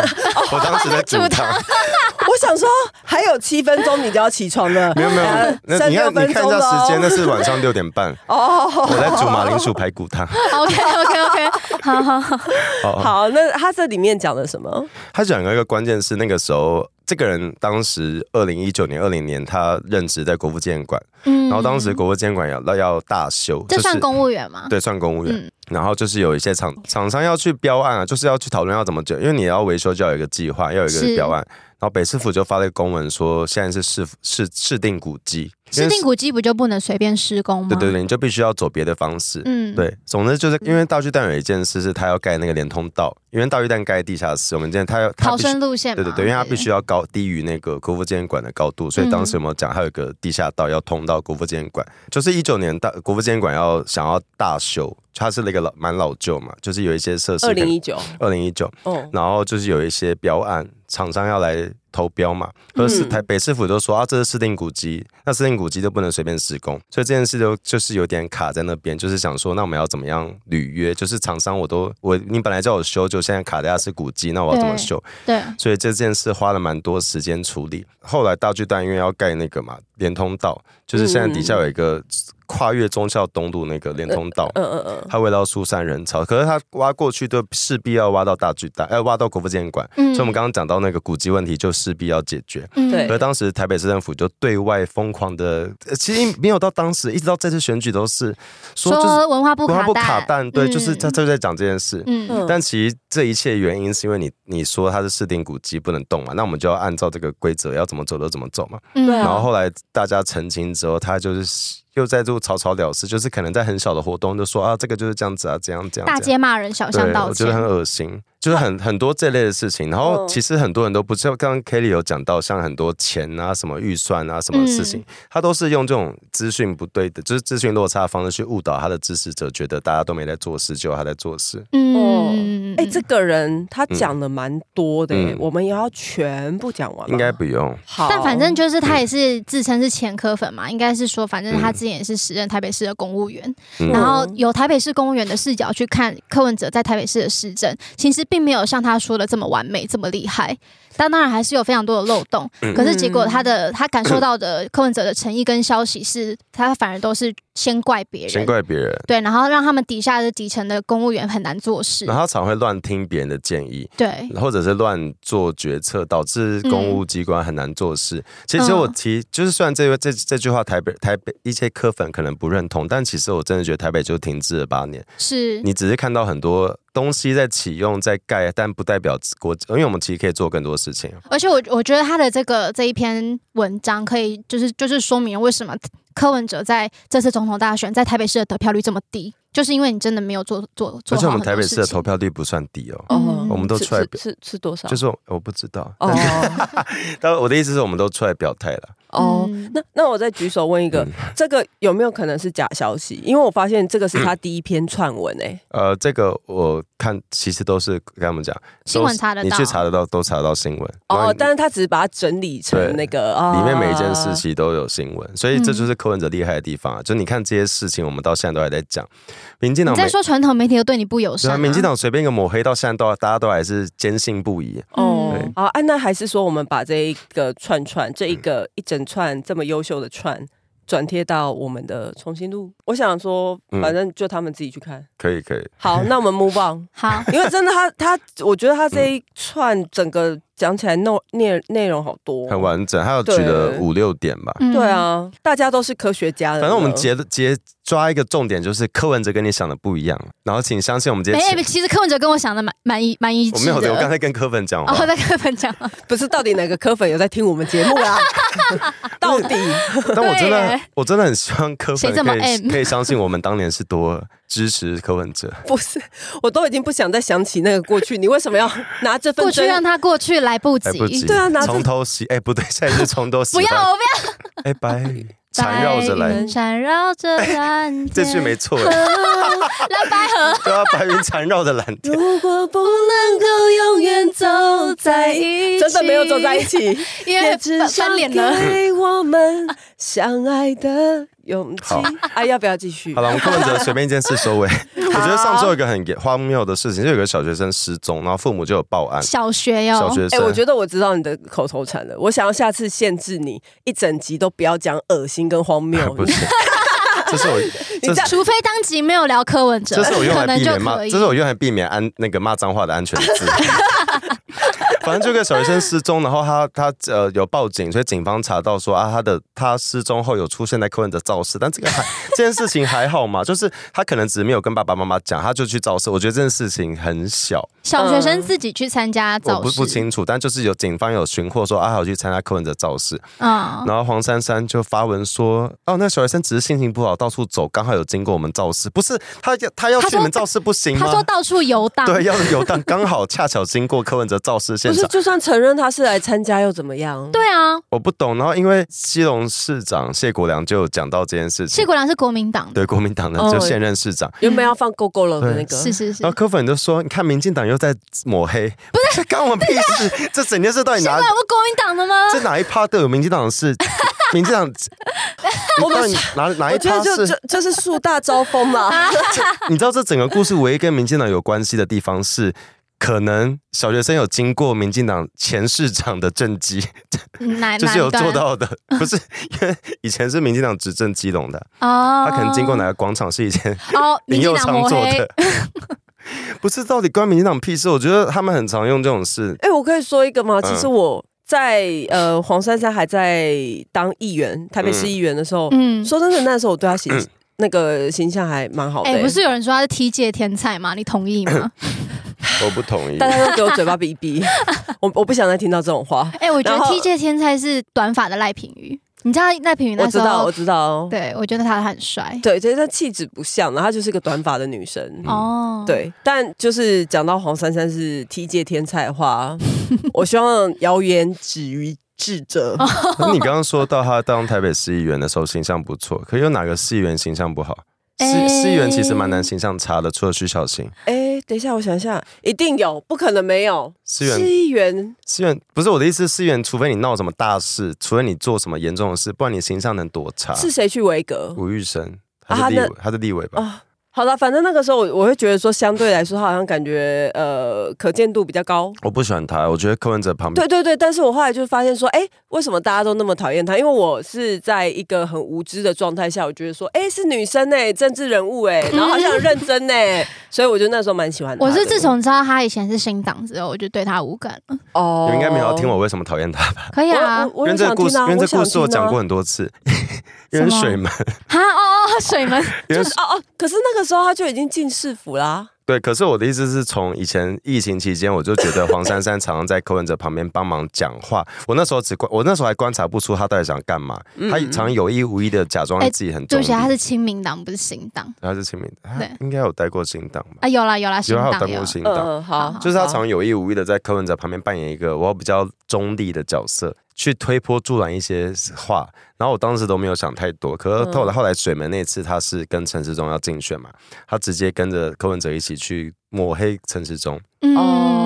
我当时在煮煮汤，我想说，还有七分钟你就要起床了，呃 <laughs> 没有没有， <laughs> 那剩你六看分你看一钟下时间，了那是晚上六点半，哦。我在煮马铃薯排骨汤。 OK <laughs> OK OK，好好好，好好，那他这里面讲了什么？他讲了一个关键是那个时候，这个人当时二零一九年、二零年他任职在国父纪念馆，嗯然后当时国父纪念馆要要大修，这就是算公务员吗？对算公务员。嗯然后就是有一些厂厂商要去标案啊，就是要去讨论要怎么解，因为你要维修就要有一个计划，要有一是个标案。然后北市府就发了一个公文说，现在是市市市定古迹，因市为定古迹不就不能随便施工吗？对对对，你就必须要走别的方式。嗯，对，总之就是因为大巨蛋有一件事是他要盖那个连通道，因为大巨蛋盖地下室，我们今天他要他逃必须生路线嘛，对对对，因为它必须要高低于那个国父纪念馆的高度，所以当嗯时有没有讲它有个地下道要通到国父纪念馆？就是一九年大国父纪念馆要想要大修，它是那个老蛮老旧嘛，就是有一些设施二零一九，二零一九，哦，然后就是有一些标案，厂商要来投标嘛，可是嗯台北市府都说啊，这是市定古迹，那市定古迹就不能随便施工，所以这件事就就是有点卡在那边，就是想说，那我们要怎么样履约？就是厂商我都我你本来叫我修，就现在卡在它是古迹，那我要怎么对修？对，所以这件事花了蛮多时间处理。后来大巨蛋因为要盖那个嘛连通道，就是现在底下嗯有一个跨越忠孝东路那个连通道，呃嗯嗯嗯，它为了要疏散人潮，可是它挖过去就势必要挖到大巨蛋，要、呃挖到国父纪念馆。嗯所以我们刚刚讲到那个古迹问题，就势必要解决。嗯对可是当时台北市政府就对外疯狂的，呃其实没有到当时，一直到这次选举都是说就是说文化部文化卡部卡蛋，对，就是嗯他就在讲这件事。嗯嗯但其实这一切原因是因为你你说它是市定古迹不能动嘛，那我们就要按照这个规则要怎么走就怎么走嘛。嗯，对啊然后后来大家澄清之后，他就是又在做草草了事，就是可能在很小的活动就说啊这个就是这样子啊，这样这样。大这样街骂人，小巷对，道我觉歉得，很恶心，就是很很多这类的事情。然后嗯其实很多人都不知道，刚刚 Kelly 有讲到，像很多钱啊、什么预算啊、什么事嗯情，他都是用这种资讯不对的，就是资讯落差的方式去误导他的支持者，觉得大家都没在做事，只有他在做事。哦嗯，哎，这个人他讲了蛮多的耶，嗯我们也要全部讲嗯完吗。应该不用。好，但反正就是嗯他也是自称是前科粉嘛，应该是说，反正他之前也是时任台北市的公务员，嗯然后有台北市公务员的视角去看柯文哲在台北市的市政，其实并没有像他说的这么完美、这么厉害，但当然还是有非常多的漏洞。嗯可是结果他的他感受到的柯文哲的诚意跟消息是，他反而都是先怪别先人，怪别人，对，然后让他们底下的底层的公务员很难做事然，后他常会乱听别人的建议，对，或者是乱做决策，导致公务机关很难做事。其实嗯我提，就是虽然这个这这句话台北台北一些科粉可能不认同，但其实我真的觉得台北就停滞了八年。是，你只是看到很多东西在启用、在盖，但不代表国，因为我们其实可以做更多事情。而且我我觉得他的这个这一篇文章可以就是就是说明为什么柯文哲在这次总统大选在台北市的得票率这么低，就是因为你真的没有做做做而且我好很们多台北市的事投情。票率不算低哦，嗯我们都是出来是是是多少？就是我我不知道，哦但我的意思是我们都出来表态了。 <laughs> 哦嗯，那那我再举手问一个嗯，这个有没有可能是假消息？因为我发现这个是嗯他第一篇串文欸诶，呃，这个我看其实都是跟他们讲，新闻都是查得你到去查得到，都查得到新闻。哦，但里是他只是把它整理成对那个啊，哦面每一件事情都有新闻，所以这就是柯文哲厉害的地方啊！就你看这些事情，我们到现在都还在讲，民进你党在每说传统媒体又对你不友对善、啊，啊，民进党随便一个抹黑到现在都大家都还是坚信不疑。哦对，好啊，那还是说我们把这一个串串，这嗯一个一整串这么优秀的串，转贴到我们的重新录。我想说，嗯反正就他们自己去看。可以可以，好，那我们 move on，好， <laughs> 因为真的他他，我觉得他这一串整个讲起来内内内容好多，很完整，他有举了对五六点吧。嗯对，啊，大家都是科学家的。反正我们结的结抓一个重点，就是柯文哲跟你想的不一样。然后请相信我们今没天有，其实柯文哲跟我想的蛮蛮一蛮一我致没的。有的，我刚才跟柯粉讲话。哦，在 <laughs> 课本讲，不是到底哪个科粉有在听我们节目 <laughs> 啊？到底但我真对的耶，我真的很希望柯粉谁这么可以 M？可以相信我们当年是多支持柯文 <laughs> 哲。不是，我都已经不想再想起那个过去，你为什么要拿这份过去真让他过去来不及来。哎不及，对啊拿这从头洗，哎、不对，现在是从头洗。不要，我不要。哎，白缠绕着白来，云缠绕着蓝天。 <laughs> 这句没错，蓝白河。对啊，白云缠绕着蓝天。如果不能够永远走在一起，真的没有走在一起， <laughs> 因为翻翻脸了。给我们相爱的勇气好。哎，要不要继续？好了，我们柯文哲随便一件事收 <laughs> 尾。我觉得上周有一个很荒谬的事情，就有个小学生失踪，然后父母就有报案。小学哟，小学哎、生，。我觉得我知道你的口头禅了。我想要下次限制你一整集都不要讲恶心跟荒谬 <laughs> 不是，这 <laughs> 是我，这是除非当集没有聊柯文哲，这是我用可来能避就免骂，可这以。是我用来避免安那个骂脏话的安全字。 <laughs> 反正这个小学生失踪，然后他他呃有报警，所以警方查到说啊，他的他失踪后有出现在柯文哲肇事，但这个还这件事情还好嘛，就是他可能只是没有跟爸爸妈妈讲，他就去肇事。我觉得这件事情很小，小学生自己去参加嗯我早不市，不清楚，但就是有警方有寻获说啊，他有去参加柯文哲肇事，嗯，然后黄珊珊就发文说：“哦，那小学生只是心情不好，到处走，刚好有经过我们肇事，不是他要他要他去说你们肇事不行他吗说？到处游荡，对，要是游荡，刚好恰巧经过柯文哲肇事啊不现是，场。”就算承认他是来参加又怎么样？对啊，我不懂，然后因为基隆市长谢国良就有讲到这件事谢情，国良是国民党的，对国民党的哦就现任市长，原本要放够够了的那啊个，是是是然后。柯粉就说：“你看民进党又在抹黑，不 <laughs> 是干我屁事？这整件事到底谢哪国良不国民党的吗？这哪一趴都有民进党的事？民进党，你到底哪哪 <laughs> 我一觉得趴就是就就是树大招风 <laughs> 啊 <laughs> 啦。你知道这整个故事唯一跟民进党有关系的地方是，可能小学生有经过民进党前市长的政绩，嗯哪就是有哪一段做到的，不是因为以前是民进党执政基隆的，哦他可能经过哪个广场是以前 <laughs> 哦，林民佑进党昌抹做黑的， <laughs> 不是到底关民进党屁事？我觉得他们很常用这种事。哎、我可以说一个吗？嗯其实我在呃黄珊珊还在当议员，台北市议员的时候，嗯，说真的，那时候我对她形、嗯那个形象还蛮好的、哎、不是有人说他是踢界天才吗？你同意 <laughs> 吗？我不同 <laughs> 意欸大家都给我嘴巴比一比，我我不想再听到这种话。哎、我觉得然后踢界天才是短发的赖品妤，你知道赖品妤我那知时道，我哦候，知道，对我觉得他很帅、对，其实她气质不像，然后她就是个短发的女生。哦，，对，但就是讲到黄珊珊是踢界天才的话，我希望谣言止于智者。那哦你刚刚说到他当台北市议员的时候形象不错，可有哪个市议员形象不好？市市议员其实蛮难形象差的，除了徐小新，哎、等一下，我想一下，一定有，不可能没有。市议员议员思远不是我的意思，思远，除非你闹什么大事，除非你做什么严重的事，不然你形象能多差？是谁去维格？吴玉生，他哦啊是立他委的，他是立委吧？啊，好了，反正那个时候我我会觉得说，相对来说，好像感觉呃可见度比较高。我不喜欢他，我觉得柯文哲旁边对对对，但是我后来就发现说，哎、为什么大家都那么讨厌她？因为我是在一个很无知的状态下，我觉得说，哎、是女生哎、政治人物哎、然后好想认真哎、 <laughs> 所以我就那时候蛮喜欢她我的。是自从知道他以前是新党之后，我就对他无感了。哦你们应该没有要听我为什么讨厌他吧？可以啊我，我我因很为这想个故事听，啊，因我为这想故事我听啊讲过很多次， <laughs> 因什为么水门，哈哦哦，<laughs> 水门因为就是哦哦，可是那个时候他就已经进市府啦。对，可是我的意思是从以前疫情期间，我就觉得黄珊珊常常在柯文哲旁边帮忙讲话。我那时候只观，我那时候还观察不出他到底想干嘛。嗯他常常有意无意的假装哎自己很对中不立。起，他是亲民党，不是新党他是亲民的，他对应该有待过新党吧？啊。有啦有啦，新有，他有党当有啊过。新嗯党，嗯，好，就是他好常有意无意的在柯文哲旁边扮演一个我比较中立的角色，去推波助澜一些话。然后我当时都没有想太多，可是后嗯来后来水门那次他是跟陈时中要竞选嘛，他直接跟着柯文哲一起去抹黑陈时中。嗯，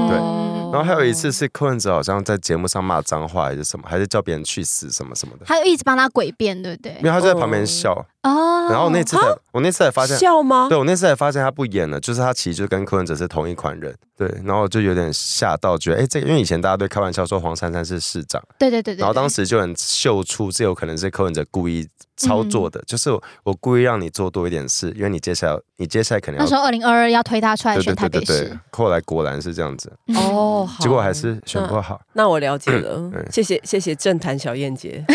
对哦然后还有一次是柯文哲好像在节目上骂脏话还是什么，还是叫别人去死什么什么的，他就一直帮他诡辩，对不对因为？他就在旁边笑。哦然后那次才我那次才发现，啊笑吗？对我那次才发现他不演了，就是他其实就跟柯文哲是同一款人，对，然后就有点吓到，觉得哎、这个因为以前大家对开玩笑说黄珊珊是市长，对对对对对，然后当时就很秀出这有可能是柯文哲故意操嗯作的，就是我我故意让你做多一点事，因为你接下来你接下来可能那时要候二零二二要推他出来对对选台对北对市对，，后来果然是这样子，<laughs> 嗯哦，，好结果还是选不好，那我了解了，嗯对谢谢谢谢政坛小燕姐。 <laughs>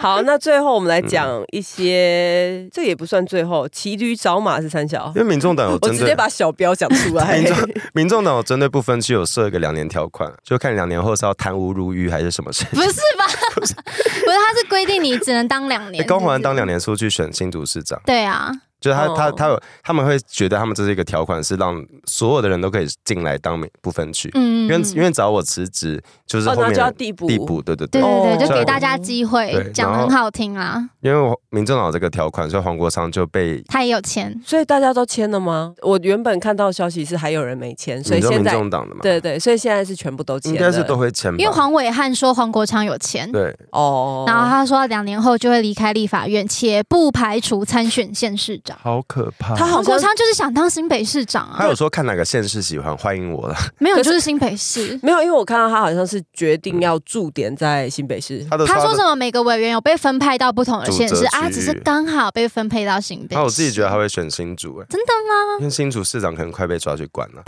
好，那最后我们嗯来讲一些，这也不算最后，骑驴找马是三小，因为民众党有我针直接对把小标讲出来 <laughs> 民。众民众党有针对不分区有设一个两年条款，就看两年后是要贪污入狱还是什么事。不是 <laughs> 吧？ <laughs> 不是，他是规定你只能当两欸年。高虹安是不当是两年出去选新竹市长，对啊，就是他、哦他他有他们会觉得他们这是一个条款，是让所有的人都可以进来当民不分区。嗯，因为因为只要我辞职，就是哦，然后后面就要人递补，递补，对对对对。对对，哦就给大家机会对，讲的然后很好听啦。因为我民政党这个条款，所以黄国昌就被他也有嗯钱，所以大家都签了吗？我原本看到消息是还有人没签，所你以知道现民在众党的嘛，对对，所以现在是全部都签应了，该是都会签吧，因为黄伟汉说黄国昌有钱，对哦。然后他说两年后就会离开立法院，且不排除参选县市长。好可怕。哦他好像黄国昌就是想当新北市长他啊有，说看哪个县市喜欢，欢迎我了。 <laughs> 没有可是就是新北市。没有，因为我看到他好像是决定要驻点在新北市，嗯他都他说的什么？每个委员有被分派到不同的县主市责啊，区域只是刚好被分配到新北市。那我自己觉得他会选新竹、欸，真的因为新竹市长可能快被抓去关了，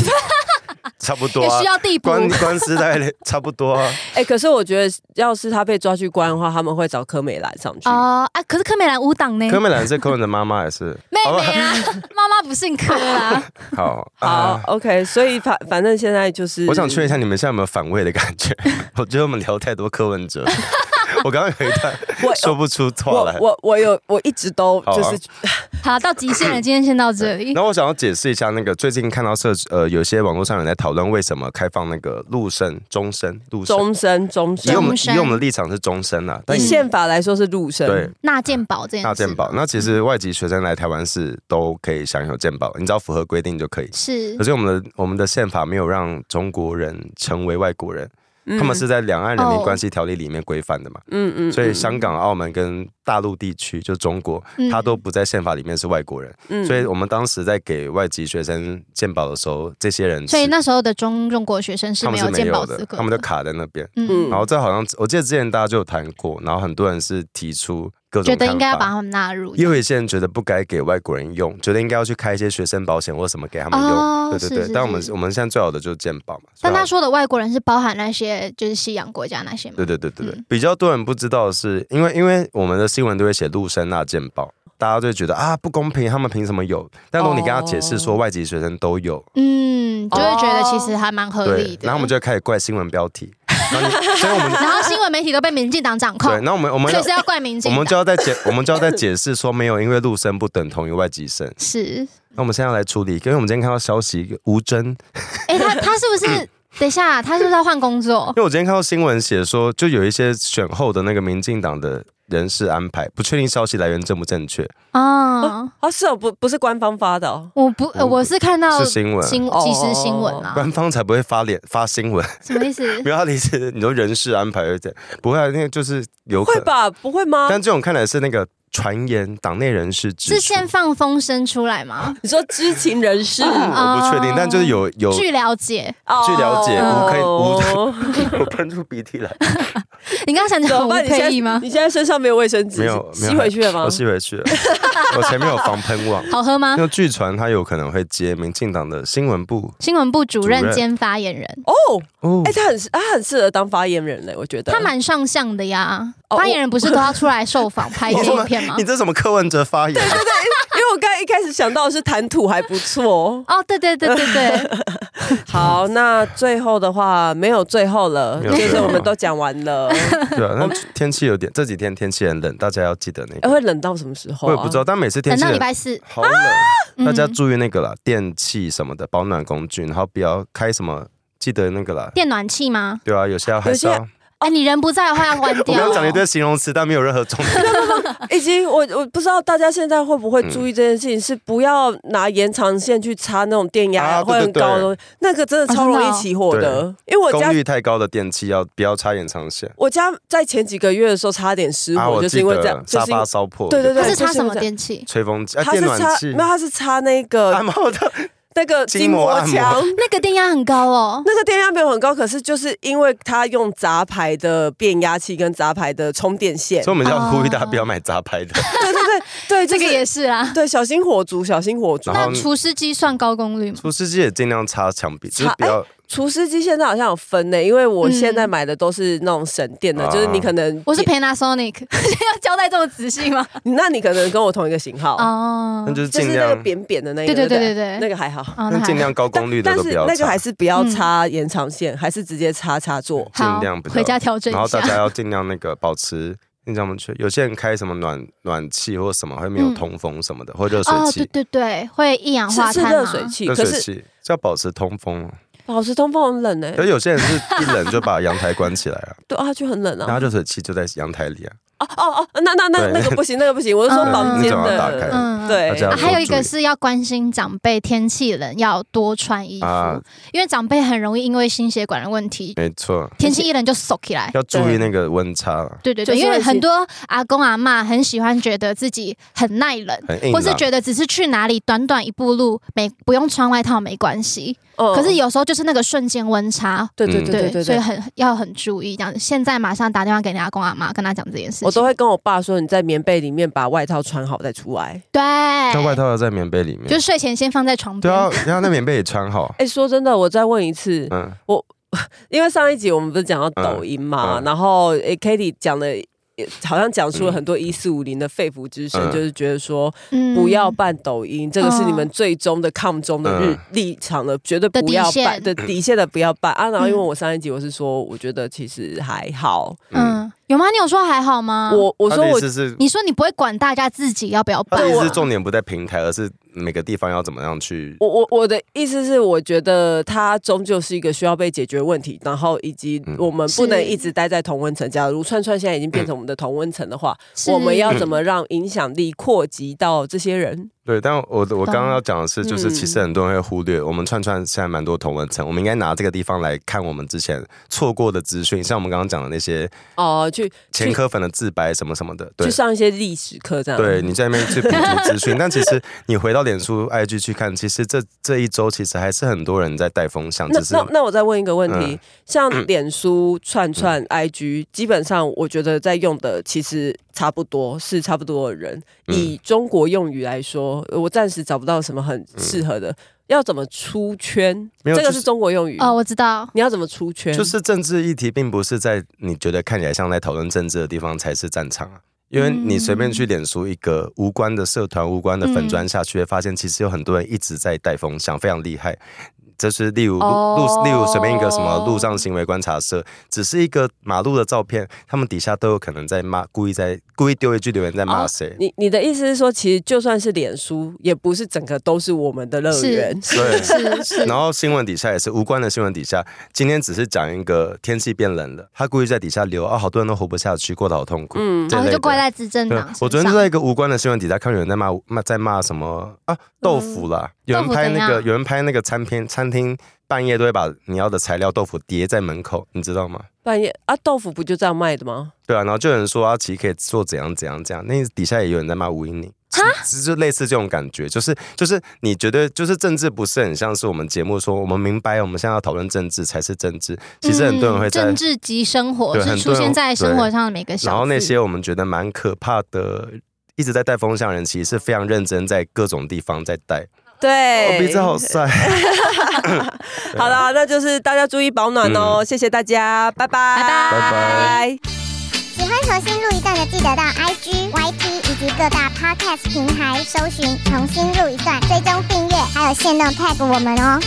差不多也啊需，要地补。官官司大概差不多啊。哎、可是我觉得要是他被抓去关的话，他们会找柯美兰上去。哦啊！可是柯美兰无党呢，柯美兰是柯文的妈妈，还是妹 <laughs> 妹啦，妈妈不姓柯啦。好好、啊 o k 所以反反正现在就是，我想确认一下，你们现在有没有反胃的感觉？ <laughs> 我觉得我们聊太多柯文哲， <laughs> 我刚刚有一段我说不出话我来。我我有我一直都好啊就是好，到极限了，今天先到 <coughs> 这里。然后我想要解释一下，那个最近看到社呃，有些网络上有人在讨论为什么开放那个陆生、终身、陆生，终身终以身我们终身以我们的立场是终身啊，但以宪法来说是入身，对纳健保这件事，那健保，那其实外籍学生来台湾是都可以享有健保，你只要符合规定就可以。是可是我们的我们的宪法没有让中国人成为外国人，嗯他们是在《两岸人民哦关系条例》里面规范的嘛，嗯嗯所以嗯香港、澳门跟大陆地区，就中国，嗯它都不在宪法里面是外国人，嗯所以我们当时在给外籍学生健保的时候，这些人所以是那时候的中中国学生是他没们是没健保有资的，格，他们就卡在那边。嗯嗯，然后这好像我记得之前大家就有谈过，然后很多人是提出各种觉得应该要看法把他们纳入。也有一些人觉得不该给外国人用，觉得应该要去开一些学生保险或什么给他们用。哦对对对，是是但我们是我们现在最好的就是健保嘛。但最他好说的外国人是包含那些就是西洋国家那些吗？对对对对对，嗯比较多人不知道的是因为因为我们的新闻都会写陆生纳健保，大家就会觉得啊不公平，他们凭什么有？但如果你跟他解释说哦外籍学生都有，嗯，就会觉得其实还蛮合对，理的。然后我们就会开始怪新闻标题，然 <laughs> 后你所以我们然后新闻媒体都被民进党掌控对，，那我们我们所要以是要怪民我进们就党。要再解我们就要再解释说没有，因为陆生不等同于外籍生。是，那我们现在要来处理，因为我们今天看到消息，吴征哎，他他是不 <coughs> 是？等一下，他是不是要换工作因？为我今天看到新闻写说，就有一些选后的那个民进党的人事安排，不确定消息来源正不正确，哦，啊是哦，不不是官方发的、哦，我不，呃我是看到是新闻。啊新即时新闻哦啊，官方才不会发脸发 <laughs> 新闻，什么意思？不要离职，你说人事安排会这样，不会、啊，那个就是有可会能。吧？不会吗？但这种看来是那个传言，党内人士指出是先放风声出来吗？你说知情人 <laughs> 士啊我不确定哦，但就是有有，据了解，哦据了解我可以哦 <laughs> <laughs> 我喷出鼻 <laughs> 涕来，你刚刚想怎讲么吴办？你佩现仪在吗？你现在身上没有卫生纸，没有没有吸回去了吗啊我？吸回 <laughs> 去了，我前面有防喷网。好喝吗因？为据传他有可能会接民进党的新闻部新闻部主主任任兼发言人，哦，哦哎、，他很适他很适合当发言人嘞，我觉得他蛮上相的呀。哦发言人不是都要出来受访 <laughs> 拍一些影片吗。你？这什么柯文哲发言？因为我刚一开始想到的是谈吐还不错哦，对对对对对，好，那最后的话没有最后了，嗯没有就最后是我们都讲完 <laughs> 了。对啊，那天气有点，这几天天气很冷，大家要记得那哎个。会冷到什么时候、我啊？也不知道，但每次天等气到很礼拜四，好冷，嗯大家注意那个啦，电器什么的保暖工具，然后不要开什么，记得那个啦。电暖气吗？对啊，有些要还是有要哎，你人不在的话要关我掉。刚刚讲了一堆形容词，但没有任何重 <laughs> 点。以及我我不知道大家现在会不会注意这件事情，是不要拿延长线去插那种电压啊会很高的东西，那个真的超容易起火哦真的的哦。因为我家功率太高的电器要不要插延长线？我家在前几个月的时候差点失啊，火，我就是记因为这得样，就沙是因为发烧破，对对对它是插就是什么这样电器？吹风机、啊、它电是暖插气没有，它是插那按个摩 <laughs> 的，那个筋筋膜膜按摩枪。那个电压很高哦。那个电压没有很高，可是就是因为它用杂牌的变压器跟杂牌的充电线所以，我们要呼吁大家哦不要买杂牌的。对对对对，这就个是也是啊。对，小心火烛，小心火烛。然后那除湿机算高功率吗？除湿机也尽量插墙壁，就是插哎不要除湿机现在好像有分呢、因为我现在嗯买的都是那种省电的，啊就是你可能我是 Panasonic，要 <laughs> 交代这么仔细吗？那你可能跟我同一个型号，哦那，就是就尽是那个量，扁扁的那个，对对不对对对那个还好。哦那那还尽量高 <laughs> 功率的但都不是要那个还插，是不要嗯插延长线，还是直接插插座。好尽量不要回家调整然后一大家下。要尽量那个保持。你知道吗？去有些人开什么暖暖气或什么会没有嗯通风什么的，或热水哦，对器，对对，会一氧化是碳是啊吗热水器，嗯热可水是器是要保持通风。啊保持通风很冷呢、可是有些人是 <laughs> 一冷就把阳台关起来啊，对啊，就很冷然后啊。热水器就在阳台里啊，哦哦哦，那那那对那个不行，那个不行，我是说嗯房间那种要打开的，嗯，对大家啊要还有一多个注意是要关心长辈，天气冷要多穿衣服，啊因为长辈很容易因为心血管的问题，没错，天气一冷就缩起来。要注对意那个温差啊了，对对对，就是因为会很多阿公阿妈很喜欢觉得自己很耐冷，很硬朗。啊或是觉得只是去哪里短短一步路，没不用穿外套没关系。嗯啊可是有时候就是那个瞬间温差，对对嗯对对对所以对，很要很注意。这样，现在马上打电话给你阿公阿妈，跟他讲这件事情。我都会跟我爸说，你在棉被里面把外套穿好再出来。。对，那外套要在棉被里面，就是睡前先放在床对边。啊，然后那棉被也穿好 <laughs> 哎，说真的，我再问一次，嗯，因为上一集我们不是讲到抖音嘛，嗯嗯然后诶 k a t i e 讲的。也好像讲出了很多一四五零的肺腑之神，嗯就是觉得说嗯不要办抖音，这个是你们最终的抗中的日嗯立场了，绝对不要办的的底线的不要办啊。然后因为嗯我上一集我是说，我觉得其实还好，嗯，嗯，有吗？你有说还好吗？我我他说的意我思啊是，你说你不会管大家自己要不要他办的意呃思是啊，重点不在平台，而是每个地方要怎么样去。我我我的意思是，我觉得它终究是一个需要被解决问题，然后以及嗯我们不能是一直待在同温层。假如串串现在已经变成我们的同温层的话，是我们要怎么让影响力扩及到这些人？对，但我我刚刚要讲的是，嗯就是其实很多人会忽略，我们串串现在蛮多同文层，我们应该拿这个地方来看我们之前错过的资讯，像我们刚刚讲的那些哦、去前科粉的自白什么什么的，对去。上一些历史课这样。对，你在那边去补足资 <laughs> 讯，但其实你回到脸书、IG 去看，其实这这一周其实还是很多人在带风向，那只是那那我再问一个问题，嗯像脸书、串串、IG，基本上我觉得在用的其实差不多，是差不多的人。嗯嗯以中国用语来说，呃我暂时找不到什么很适合的。要怎么出圈？没有这个就是是中国用语哦，我知道，你要怎么出圈？就是政治议题，并不是在你觉得看起来像在讨论政治的地方才是战场啊。因为你随便去脸书一个无关的社团、无关的粉砖下去，会发现其实有很多人一直在带风向，非常厉害。就是例如路哦路，例如随便一个什么路上行为观察社，只是一个马路的照片，他们底下都有可能在骂，故意在故意丢一句留言在骂谁。你你的意思是说，其实就算是脸书，也不是整个都是我们的乐园是。对是是 <laughs> 是， <laughs> 然后新闻底下也是无关的新闻底下，今天只是讲一个天气变冷了，他故意在底下留啊，好多人都活不下去，过得好痛苦，嗯嗯，然后哦就怪在执政对啊党身上。我昨天就在一个无关的新闻底下看有人在骂骂在骂什么啊豆腐啦，有人拍那个嗯豆腐怎样有人拍那个餐厅餐厅半夜都会把你要的材料豆腐叠在门口，你知道吗？半夜啊，豆腐不就这样卖的吗？对啊，然后就有人说啊，其实可以做怎样怎样怎样，那底下也有人在骂吴英玲。是就类似这种感觉，就是就是你觉得就是政治不是很像是我们节目说我们明白我们现在要讨论政治才是政治，其实很多人会嗯在、政治及生活对是很出多人现在生活上的每个小字，然后那些我们觉得蛮可怕的，一直在带风向的人，其实是非常认真在各种地方在带。对，我鼻子好塞。好啦，那就是大家注意保暖哦，谢谢大家，拜拜，拜拜嗯拜拜。喜欢重新录一段的，记得到 IG、YT 以及各大 Podcast 平台搜寻“重新录一段”，追踪订阅，还有限定 tag 我们哦。